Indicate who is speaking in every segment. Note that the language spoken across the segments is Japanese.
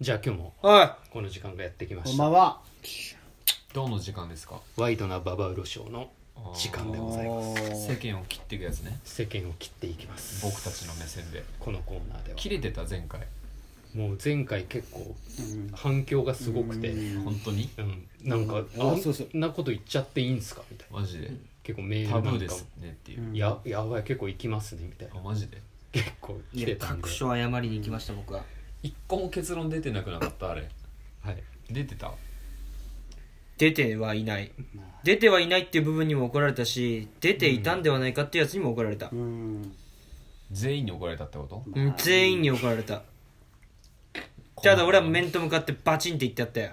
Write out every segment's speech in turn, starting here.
Speaker 1: じゃあ今日も
Speaker 2: は
Speaker 1: この時間がやってきま
Speaker 2: い。こ
Speaker 1: し
Speaker 2: ん
Speaker 1: た
Speaker 2: ばんは。
Speaker 3: どうの時間ですか
Speaker 1: ワイドなババウロショーの時間でございます
Speaker 3: 世間を切っていくやつね
Speaker 1: 世間を切っていきます
Speaker 3: 僕たちの目線で
Speaker 1: このコーナーでは
Speaker 3: 切れてた前回
Speaker 1: もう前回結構
Speaker 2: うん
Speaker 1: 反響がすごくて
Speaker 2: うん
Speaker 3: 本当に
Speaker 1: うんなんか
Speaker 2: うん
Speaker 1: あ
Speaker 2: あそうそうん
Speaker 1: なこと言っちゃっていいんすかみたいな
Speaker 3: マジで
Speaker 1: 結構メールな
Speaker 3: タ
Speaker 1: んか
Speaker 3: ブ
Speaker 1: も
Speaker 3: ーですねっていううん
Speaker 1: ややばい結構行きますねみたい
Speaker 3: あ
Speaker 1: な
Speaker 3: マジで
Speaker 1: 結構
Speaker 4: い
Speaker 1: 来
Speaker 4: や
Speaker 1: てたんで
Speaker 4: 各所謝りに行きました僕は
Speaker 3: 一個も結論出てなくなかったあれ
Speaker 1: はい
Speaker 3: 出てた
Speaker 4: 出てはいない
Speaker 2: まあ
Speaker 4: 出てはいないっていう部分にも怒られたし出ていたんではないかっていうやつにも怒られた
Speaker 2: う、ん。
Speaker 3: 全員に怒られたってこと
Speaker 4: うん全員に怒られたただ俺は面と向かってバチンって言ってやったよ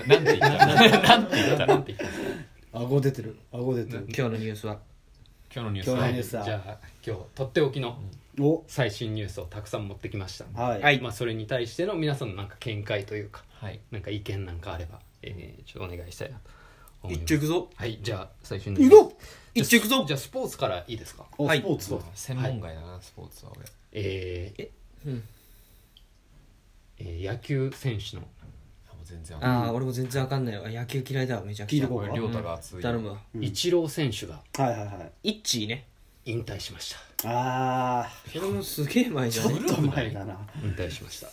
Speaker 3: ななんて言ったなんて言った
Speaker 1: な
Speaker 3: 今
Speaker 1: んて言ったんですか
Speaker 2: 顎出てる。顎出てる。
Speaker 4: 今日のニュースは
Speaker 3: 日のニュース
Speaker 2: 今日
Speaker 3: は
Speaker 1: は
Speaker 2: の
Speaker 1: い
Speaker 2: ニュ
Speaker 1: じ
Speaker 2: さ
Speaker 1: ゃあ今日とっておきの
Speaker 2: お。
Speaker 1: 最新ニュースをたくさん持ってきましたんで
Speaker 2: はい。
Speaker 4: はい
Speaker 1: まあ、それに対しての皆さんのなんか見解というか
Speaker 3: はい
Speaker 1: なんか意見なんかあれば、えーちょっとお願いしたいなと思い
Speaker 4: 一
Speaker 1: ま
Speaker 4: 丁
Speaker 1: す
Speaker 4: いくぞ
Speaker 1: はいじゃあ最初に
Speaker 2: 行こ
Speaker 1: じゃあ
Speaker 4: 一丁いくぞ
Speaker 1: じゃあスポーツからいいですか
Speaker 2: う。お
Speaker 4: はい
Speaker 2: スポーツだ。
Speaker 3: 専門外だなスポーツは俺
Speaker 1: えー
Speaker 4: うん
Speaker 1: えー野球選手の
Speaker 3: あもう全然わかんない
Speaker 4: ああ俺も全然わかんないわ野球嫌いだわめちゃく
Speaker 2: 聞い
Speaker 4: ち
Speaker 2: て
Speaker 4: ゃ
Speaker 2: こ
Speaker 3: 俺
Speaker 2: う
Speaker 3: 亮太が熱い
Speaker 4: 頼むわ
Speaker 1: イチロー選手が
Speaker 2: か。はいはいはい。
Speaker 4: 一致ね
Speaker 1: 引退しました
Speaker 2: あ
Speaker 4: それもすげえ前じ
Speaker 2: ー。
Speaker 4: ゃ
Speaker 2: ちょ
Speaker 4: ない
Speaker 2: っと前だな。
Speaker 1: 引退しました、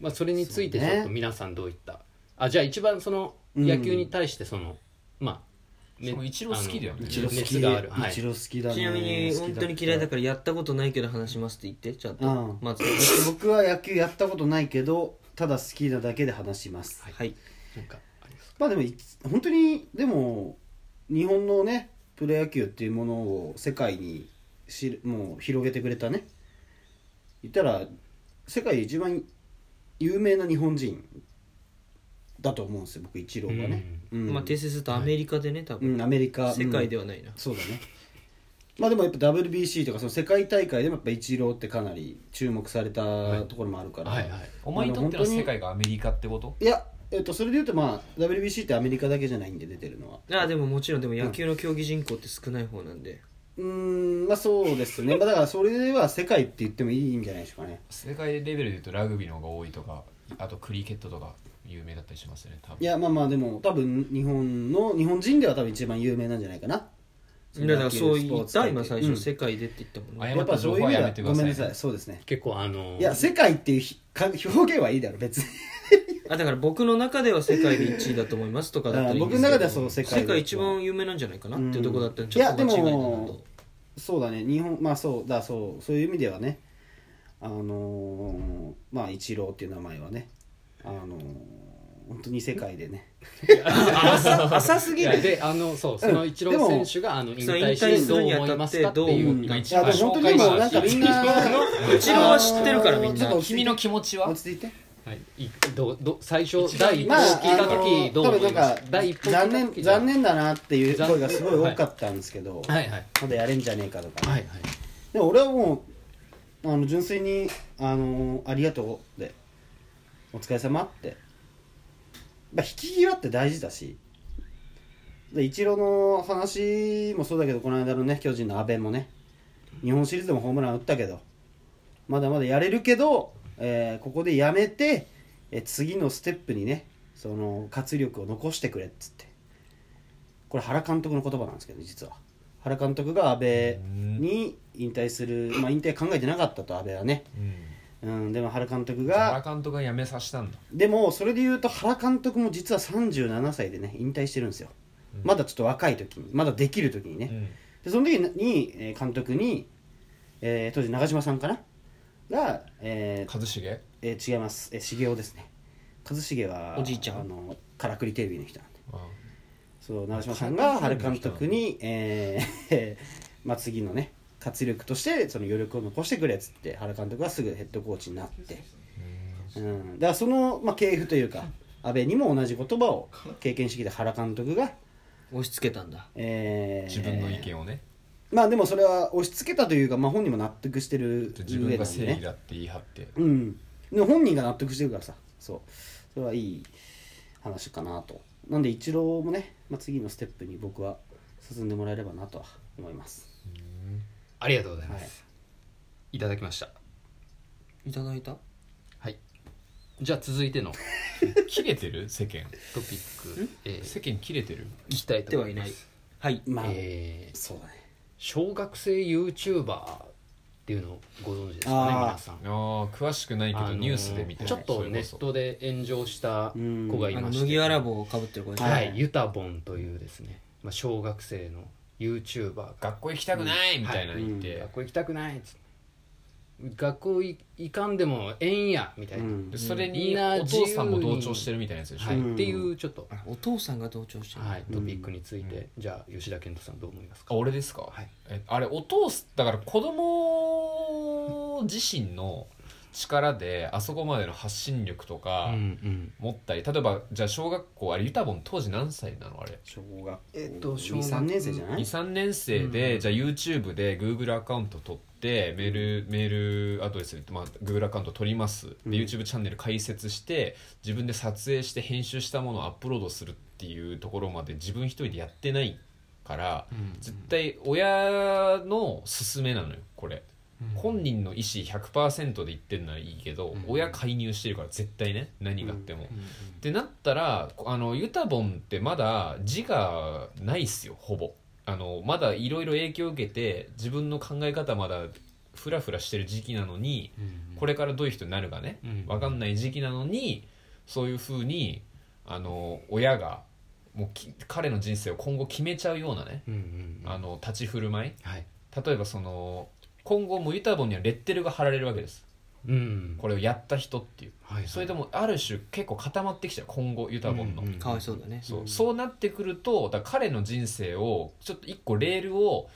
Speaker 1: まあ、それについてち
Speaker 2: そうね
Speaker 1: ょっと皆さんどういった、あじゃあ一番その野球に対してその、まあ
Speaker 3: しかもイチロー好きだよね
Speaker 1: あ
Speaker 2: 一
Speaker 1: の
Speaker 2: 郎好
Speaker 1: 熱
Speaker 2: き。
Speaker 1: がある、はい
Speaker 2: 一、郎好きだね。
Speaker 4: ちなみに
Speaker 2: 好き
Speaker 4: 本当に嫌いだからやったことないけど話しますって言ってちゃんと、
Speaker 2: うん
Speaker 4: まず
Speaker 2: 僕は野球やったことないけど、ただ好きなだけで話します。
Speaker 4: はい
Speaker 1: なんかありますか
Speaker 2: まあでもいつ本当にでも日本のねプロ野球っていうものを世界に知るもう広げてくれたね言ったら世界で一番有名な日本人だと思うんですよ僕イチローがね、うん
Speaker 4: まあ訂正するとアメリカでね多
Speaker 2: う
Speaker 4: 分、
Speaker 2: んアメリカ
Speaker 4: 世界で
Speaker 2: は、
Speaker 4: はないな
Speaker 2: うん、そうだねまあでもやっぱ WBC とかその世界大会でもやっぱイチローってかなり注目されたところもあるから、
Speaker 1: はいはい
Speaker 3: お前にとっての世界がアメリカってこと
Speaker 2: いや、えっと、それで言うとまあ WBC ってアメリカだけじゃないんで出てるのは
Speaker 4: ああでももちろんでも野球の競技人口って少ない方なんで、
Speaker 2: うーんまあそうです ねまあだからそれでは世界って言ってもいいんじゃないでしょうかね
Speaker 3: 世界レベルで言うとラグビーの方が多いとかあとクリケットとか有名だったりしますよね多分
Speaker 2: いやまあまあでも多分日本の日本人では多分一番有名なんじゃないかな
Speaker 4: だからそう言
Speaker 2: 野球ス
Speaker 4: った今
Speaker 2: ポーツ界
Speaker 4: 最
Speaker 2: で
Speaker 4: 初、
Speaker 2: うん
Speaker 4: 世界でって言ったもんね
Speaker 3: 謝
Speaker 2: や
Speaker 3: っ
Speaker 2: っぱ
Speaker 3: た
Speaker 2: そ
Speaker 3: 情
Speaker 2: うい
Speaker 3: 報
Speaker 2: う
Speaker 3: は
Speaker 2: 意
Speaker 3: やめ
Speaker 2: 味で
Speaker 3: てく
Speaker 2: はご
Speaker 3: だ
Speaker 2: め
Speaker 3: さ
Speaker 2: ん
Speaker 3: い,、
Speaker 2: な
Speaker 3: ね、
Speaker 2: さいそうですね
Speaker 1: 結構あの
Speaker 2: いや世界っていうひか表現はいいだろ別に
Speaker 4: あだから僕の中では世界で1位だと思いますとかだったらいいん
Speaker 2: 僕
Speaker 4: で
Speaker 2: の
Speaker 4: す
Speaker 2: 中
Speaker 4: けど
Speaker 2: ではそう世界
Speaker 4: 世界一番有名なんじゃないかなっていうとこだったら
Speaker 2: うん
Speaker 4: ちょっと間違いない
Speaker 2: や
Speaker 4: な
Speaker 2: で
Speaker 4: と
Speaker 2: もそうだね日本まあそうだそうそういう意味ではねあのー、まあ一郎っていう名前はねあのー、本当に世界でね
Speaker 4: 浅浅す
Speaker 1: い
Speaker 4: ぎ
Speaker 1: や
Speaker 4: る
Speaker 1: であのそうそのイチロ
Speaker 2: で
Speaker 1: ー
Speaker 2: も
Speaker 1: 選手があの引
Speaker 4: その
Speaker 1: 退してどう思いますかっていう
Speaker 2: うん
Speaker 1: 今
Speaker 2: い
Speaker 1: 一
Speaker 2: や
Speaker 1: 番
Speaker 2: でも本当にもうなんかみんな
Speaker 4: うちのは知ってるからみ
Speaker 2: あの
Speaker 4: んな
Speaker 2: ーちょっと落ち着いて
Speaker 3: 君の気持ちは
Speaker 2: 落ち着いて
Speaker 1: はい、いどうどう最初第一報
Speaker 2: まあ、
Speaker 1: 聞いた
Speaker 2: あの
Speaker 1: 時どう
Speaker 2: 多
Speaker 1: 思
Speaker 2: 分ないん
Speaker 1: ま
Speaker 2: か
Speaker 1: す第一報聞いた
Speaker 2: 残念
Speaker 1: 時
Speaker 2: 残念だなっていう声がすごい
Speaker 1: 残
Speaker 2: 多かったんですけど、
Speaker 1: はいはい
Speaker 2: まだやれんじゃねえかとか、
Speaker 1: はいはい
Speaker 2: でも俺はもうあの純粋にあのありがとうでお疲れ様って、まあ、引き際って大事だしでイチローの話もそうだけどこの間のね巨人の阿部もね日本シリーズでもホームラン打ったけどまだまだやれるけど、えーここでやめて、えー次のステップにねその活力を残してくれっつってこれ原監督の言葉なんですけど、ね、実は原監督が阿部に引退する、まあ、引退考えてなかったと阿部はね、うん、でも原監督が
Speaker 3: 原監督が辞めさせたんだ
Speaker 2: でもそれで言うと原監督も実は37歳でね引退してるんですよ、まだちょっと若い時にまだできる時にね、でその時にえー監督に、えー当時長嶋さんかなが、えー
Speaker 3: 一茂
Speaker 2: えー違います、えー、茂雄ですね一茂は
Speaker 4: おじいちゃん
Speaker 2: あのからくりテレビの人なんで
Speaker 3: あ
Speaker 2: そう長嶋さんが
Speaker 3: から
Speaker 2: 原
Speaker 3: くりテレビの
Speaker 2: 監
Speaker 3: 人
Speaker 2: 督に、えー まあ、次のね活力としてその余力を残してくれっつって原監督はすぐヘッドコーチになって、うん、だからその、まあ、系譜というか安倍にも同じ言葉を経験してきた原監督が、
Speaker 4: 押し付けたんだ
Speaker 2: えー
Speaker 3: 自分の意見をね
Speaker 2: まあでもそれは押し付けたというか、まあ、本人も納得してる
Speaker 3: 自分
Speaker 2: 上
Speaker 3: が
Speaker 2: なんで
Speaker 3: 正義
Speaker 2: ね
Speaker 3: だって言い張って
Speaker 2: うんでも本人が納得してるからさそうそれはいい話かなとなんで一郎もね、まあ、次のステップに僕は進んでもらえればなとは思います
Speaker 1: ありがとうございま
Speaker 2: は
Speaker 1: す、
Speaker 2: い
Speaker 1: い、ただきました
Speaker 4: いただいた
Speaker 1: はいじゃあ続いての
Speaker 3: 切れてる世間
Speaker 1: トピック、えー、
Speaker 3: 世間切れてる
Speaker 1: いきたい
Speaker 4: で
Speaker 1: と
Speaker 4: は
Speaker 1: 思
Speaker 4: い
Speaker 1: い
Speaker 4: な
Speaker 1: ま
Speaker 4: い
Speaker 1: す、
Speaker 4: はい
Speaker 2: まあ、
Speaker 1: えー
Speaker 2: そうだね
Speaker 1: 小学生 YouTuber っていうのをご存知ですかね
Speaker 2: あー
Speaker 1: 皆さん
Speaker 3: あー詳しくないけ
Speaker 1: あ
Speaker 3: ど
Speaker 1: の
Speaker 3: ニュースで見てる
Speaker 1: ちょっとネットで炎上した子がい
Speaker 4: あの
Speaker 1: まして
Speaker 4: 麦わら帽をかぶってる子ですね、
Speaker 1: はい、ユタボンというですね、まあ、小学生の YouTuber が
Speaker 3: 学校行きたくないみたいなの言って、
Speaker 1: 学校行きたくないっつって学校い行かんでもええんやみたいな、
Speaker 2: うん
Speaker 3: でそれ
Speaker 1: みん
Speaker 3: に
Speaker 1: な
Speaker 3: お
Speaker 1: 自由に
Speaker 3: 父さんも同調してるみたいなやつでしょ、
Speaker 1: はい
Speaker 2: うん
Speaker 1: っていうちょっと、
Speaker 4: あお父さんが同調してる、
Speaker 1: はい、トピックについて、じゃあ吉田健人さんどう思います
Speaker 3: あ
Speaker 1: か
Speaker 3: 俺ですか、
Speaker 1: はい
Speaker 3: えあれお父すだから子供自身の力であそこまでの発信力とか
Speaker 1: ん
Speaker 3: 持ったり、例えばじゃあ小学校あれユタボン当時何歳なのあれ
Speaker 2: 小学校
Speaker 1: えっと小学
Speaker 2: 23年生じゃない
Speaker 3: 23年生で、
Speaker 1: うん
Speaker 3: じゃあ YouTube で Google アカウント取ってメールメールアドレスで、まあ、Google アカウント取りますで、
Speaker 2: うん
Speaker 3: YouTube チャンネル開設して自分で撮影して編集したものをアップロードするっていうところまで自分一人でやってないから、絶対親の勧めなのよこれ、本人の意思100%で言ってんならいいけど、
Speaker 1: うん
Speaker 3: 親介入してるから絶対ね何があっても、
Speaker 1: うん
Speaker 3: ってなったらあのユタボンってまだ字がないっすよほぼあのまだいろいろ影響を受けて自分の考え方まだフラフラしてる時期なのにこれからどういう人になるかね
Speaker 1: うん
Speaker 3: 分かんない時期なのにそういうふうにあの親がもうき彼の人生を今後決めちゃうようなね
Speaker 1: うんうんうん
Speaker 3: あの立ち振る舞い
Speaker 1: はい
Speaker 3: 例えばその今後もうユタボンにはレッテルが貼られるわけです
Speaker 1: うん
Speaker 3: これをやった人っていう
Speaker 1: はいはい
Speaker 3: それでもある種結構固まってきちゃう今後ユタボンの
Speaker 1: うんうん
Speaker 4: かわいそうだね
Speaker 3: そううんそうなってくるとだから彼の人生をちょっと一個レールを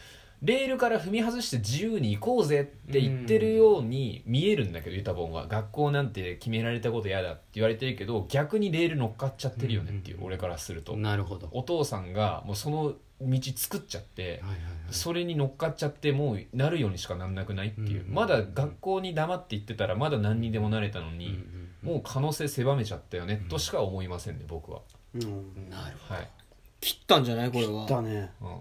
Speaker 3: レールから踏み外して自由に行こうぜって言ってるように見えるんだけど、ユタボンは学校なんて決められたこと嫌だって言われてるけど逆にレール乗っかっちゃってるよねっていう、
Speaker 1: うん
Speaker 3: 俺からすると、
Speaker 1: なるほど
Speaker 3: お父さんがもうその道作っちゃって、
Speaker 1: はいはいはい
Speaker 3: それに乗っかっちゃってもうなるようにしかなんなくないっていう、
Speaker 1: うん
Speaker 3: まだ学校に黙って行ってたらまだ何にでもなれた
Speaker 1: う
Speaker 3: の
Speaker 1: ん
Speaker 3: に、
Speaker 1: うん
Speaker 3: もう可能性狭めちゃったよね、
Speaker 1: うん
Speaker 3: としか思いませんね僕は。
Speaker 2: うん
Speaker 1: なるほ
Speaker 3: はい
Speaker 4: 切ったんじゃないこれは
Speaker 2: だね
Speaker 3: うん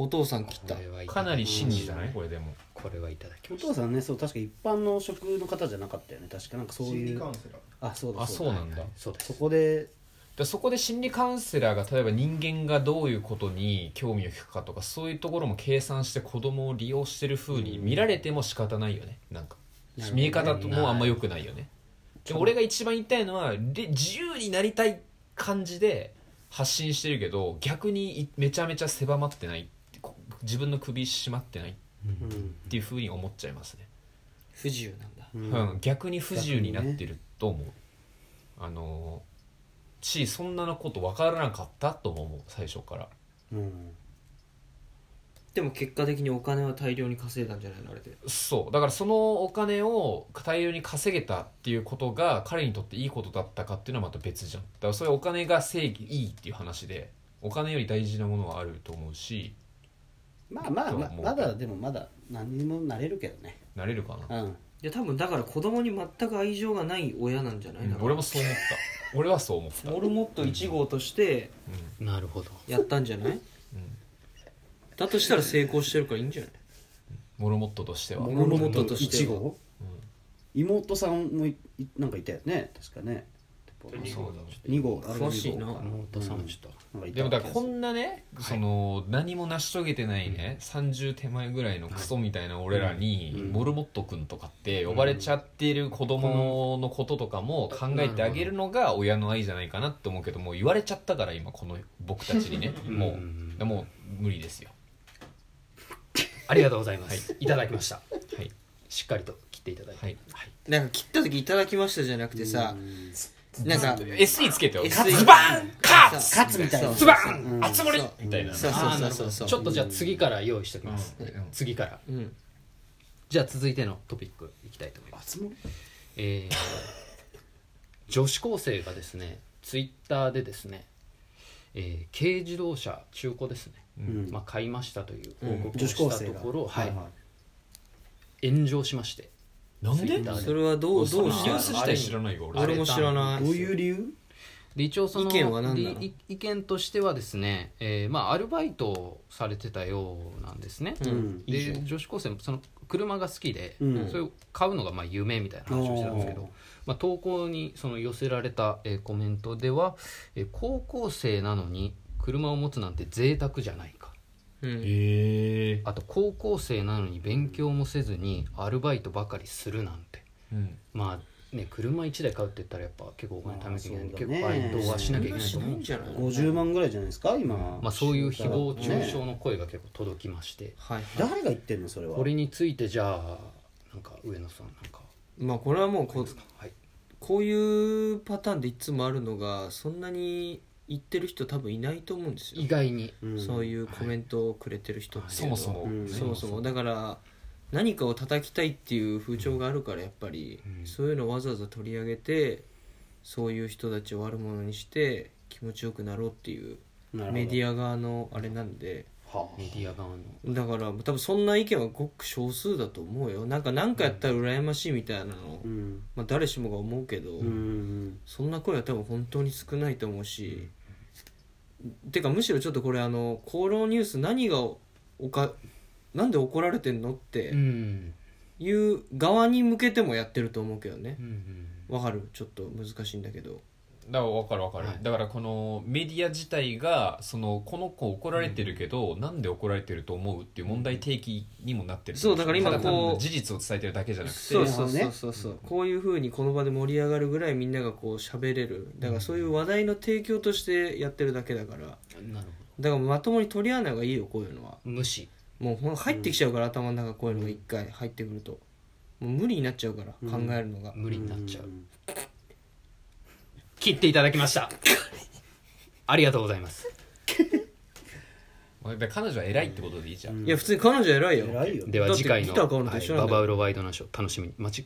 Speaker 4: お父さん切っ
Speaker 1: ど
Speaker 4: た
Speaker 1: これはいただき
Speaker 3: かなり真理じゃないこれでも
Speaker 1: これはいただき
Speaker 2: お
Speaker 1: ま
Speaker 2: 父
Speaker 1: した
Speaker 2: さんねそう確か一般の職の方じゃなかったよね確かなんかそう
Speaker 5: 心
Speaker 2: い
Speaker 5: 理
Speaker 2: う
Speaker 5: カウンセラー
Speaker 2: あそうだ
Speaker 3: あそうなん
Speaker 1: は
Speaker 3: だ
Speaker 1: いはいそうで
Speaker 2: そ
Speaker 1: す
Speaker 2: こで
Speaker 3: でそこで心理カウンセラーが例えば人間がどういうことに興味を引くかとかそういうところも計算して子供を利用してる風に見られても仕方ないよねなんか
Speaker 2: なるほどね
Speaker 3: 見え方ともあんま良くないよねで俺が一番言いたいのはで自由になりたい感じで発信してるけど逆にいめちゃめちゃ狭まってないこ自分の首絞まってないっ
Speaker 2: うん
Speaker 3: ていう風に思っちゃいますね
Speaker 4: 不自由なんだ
Speaker 2: うん
Speaker 3: うん、逆に不自由になってると思う、あのちそんなのこと分からなかったとも思う最初から
Speaker 2: うん
Speaker 4: でも結果的にお金は大量に稼いだんじゃないのあれで
Speaker 3: そうだからそのお金を大量に稼げたっていうことが彼にとっていいことだったかっていうのはまた別じゃんだからそれはお金が正義いいっていう話でお金より大事なものはあると思うし
Speaker 2: まあまあ
Speaker 3: と
Speaker 2: ま
Speaker 3: は
Speaker 2: あ
Speaker 3: 思う
Speaker 2: まだでもまだ何にもなれるけどね
Speaker 3: なれるかな、
Speaker 2: うん
Speaker 4: いや多分だから子供に全く愛情がない親なんじゃない、
Speaker 3: うん
Speaker 4: だから
Speaker 3: 俺もそう思った俺はそう思った、うん
Speaker 4: モルモット1号として
Speaker 1: なるほど
Speaker 4: やったんじゃない
Speaker 3: うん、
Speaker 4: だとしたら成功してるからいいんじゃない
Speaker 3: モルモットとしては
Speaker 4: モルモットとして
Speaker 2: 1
Speaker 4: は
Speaker 2: 号妹さんもいいなんかいたよね確かね
Speaker 3: そう
Speaker 2: 2号あれ
Speaker 4: 詳しいな
Speaker 2: 二号か
Speaker 1: 妹さんはちょっと
Speaker 2: うんなんかいた
Speaker 3: でもだからこ
Speaker 2: 気が
Speaker 3: んなね、その何も成し遂げてないね、30手前ぐらいのクソみたいな俺らに、
Speaker 2: うん
Speaker 3: モルモット君とかって呼ばれちゃってる子供のこととかも考えてあげるのが親の愛じゃないかなって思うけどもう言われちゃったから今この僕たちにね
Speaker 1: う
Speaker 3: も
Speaker 1: ん
Speaker 3: うもう無理ですよ
Speaker 1: ありがとうございます、い、ただきました
Speaker 3: はい
Speaker 1: しっかりと切っていただいて
Speaker 3: はい
Speaker 4: なんか切った時いただきましたじゃなくてさなんか
Speaker 3: SE つけてよ
Speaker 4: SE
Speaker 3: ズバーンカッ
Speaker 4: さ
Speaker 2: 勝つみたいな
Speaker 1: ズバン
Speaker 2: うん
Speaker 1: 熱盛
Speaker 4: そう
Speaker 3: みたいな
Speaker 4: そう
Speaker 1: あー
Speaker 4: そ
Speaker 1: な
Speaker 4: う
Speaker 1: る
Speaker 4: そ
Speaker 1: ほ
Speaker 4: う
Speaker 1: ど
Speaker 4: そう
Speaker 1: ちょっとじゃあ次から用意しておきます、
Speaker 3: うんうん
Speaker 1: 次から
Speaker 4: うん
Speaker 1: じゃあ続いてのトピックいきたいと思います
Speaker 2: 熱盛
Speaker 1: えー女子高生がですねツイッターでですね、えー軽自動車中古ですね、
Speaker 2: うん
Speaker 1: まあ、買いましたという報告
Speaker 2: 女
Speaker 1: を
Speaker 2: 子高
Speaker 1: した
Speaker 2: 生
Speaker 1: と
Speaker 2: が
Speaker 1: ころ、
Speaker 2: はい
Speaker 1: は、
Speaker 2: はい
Speaker 1: 炎上しまして
Speaker 3: なん
Speaker 1: ツ
Speaker 3: で
Speaker 1: イッター
Speaker 4: それはどうどう
Speaker 3: ニ
Speaker 4: し
Speaker 3: ュ
Speaker 4: た
Speaker 3: ース自体知らないよ俺
Speaker 1: あ
Speaker 4: 俺も知らない
Speaker 2: いどういう理由
Speaker 1: で一応その
Speaker 4: 意見は何なの
Speaker 1: りい意見としてはですね、えーまあ、アルバイトをされてたようなんですね、
Speaker 4: うん
Speaker 2: うん
Speaker 1: で女子高生もその車が好きで、
Speaker 2: うん
Speaker 1: それを買うのがまあ夢みたいな話をしてたんですけど、まあ、投稿にその寄せられた、えーコメントでは、えー高校生なのに車を持つなんて贅沢じゃないか」
Speaker 4: うん
Speaker 3: ええ
Speaker 1: あと「高校生なのに勉強もせずにアルバイトばかりするなんて」
Speaker 3: うん
Speaker 1: まあね車1台買うって言ったらやっぱ結構お金貯めていけないんで、
Speaker 2: ま
Speaker 1: 結構バイ
Speaker 2: あそうだね
Speaker 1: トはしなきゃいけないと
Speaker 4: そんなしな
Speaker 1: 思
Speaker 4: い
Speaker 1: うん
Speaker 4: んじゃない
Speaker 2: 50万ぐらいじゃないですか今
Speaker 1: まあ、そういう誹謗中傷
Speaker 2: ね
Speaker 1: の声が結構届きまして
Speaker 4: はいはい
Speaker 2: 誰が言ってんのそれは
Speaker 1: これについてじゃあなんか上野さんなんか
Speaker 4: まあこれはもうこう
Speaker 1: はい
Speaker 4: こういうパターンでいつもあるのがそんなに言ってる人多分いないと思うんですよ
Speaker 1: 意外に
Speaker 2: うん
Speaker 4: そういうコメントをくれてる人っていう
Speaker 3: そ
Speaker 4: のは
Speaker 3: もそも、
Speaker 2: うん
Speaker 4: そもそもだから何かを叩きたいっていう風潮があるからやっぱり、
Speaker 1: うん
Speaker 4: そういうのをわざわざ取り上げてそういう人たちを悪者にして気持ちよくなろうっていう
Speaker 2: なるほど
Speaker 4: メディア側のあれなんで
Speaker 2: はあ
Speaker 1: メディア側の
Speaker 4: だから多分そんな意見はごく少数だと思うよなんか何かやったら羨ましいみたいなの、
Speaker 2: うん
Speaker 4: まあ、誰しもが思うけど、
Speaker 2: うん
Speaker 4: そんな声は多分本当に少ないと思うし、てかむしろちょっとこれあの厚労ニュース何がおかなんで怒られてんのって
Speaker 1: うん
Speaker 4: いう側に向けてもやってると思うけどね
Speaker 1: うんうん
Speaker 4: わかるちょっと難しいんだけど
Speaker 3: だから分かる分かる、
Speaker 1: はい
Speaker 3: だからこのメディア自体がそのこの子怒られてるけど、なんで怒られてると思うっていう問題提起にもなってる
Speaker 4: そうだから今
Speaker 3: た単な
Speaker 4: こう
Speaker 3: 事実を伝えてるだけじゃなくて
Speaker 4: そうそう
Speaker 2: なるほど
Speaker 4: そう
Speaker 2: ね
Speaker 4: そうそう、こういうふうにこの場で盛り上がるぐらいみんながこう喋れるだからそういう話題の提供としてやってるだけだから
Speaker 1: なるほ
Speaker 4: だからまともに取り合わない方がいいよこういうのは
Speaker 1: ど無視
Speaker 4: もうほん入ってきちゃうから、頭の中こういうのが一回入ってくるともう無理になっちゃうから、考えるのが
Speaker 1: 無理になっちゃう、
Speaker 2: ん
Speaker 1: 切っていただきま したありがとうございます
Speaker 3: まあだから彼女は偉いってことでいいじゃん、
Speaker 4: いや普通に彼女偉いよ
Speaker 2: 偉いよ
Speaker 1: では次回の
Speaker 4: だってギター買うの
Speaker 1: は
Speaker 4: と一
Speaker 1: い
Speaker 4: 緒な
Speaker 1: バ
Speaker 4: んだ
Speaker 1: バ
Speaker 4: よ
Speaker 1: ウロワイドナショー楽しみに待ち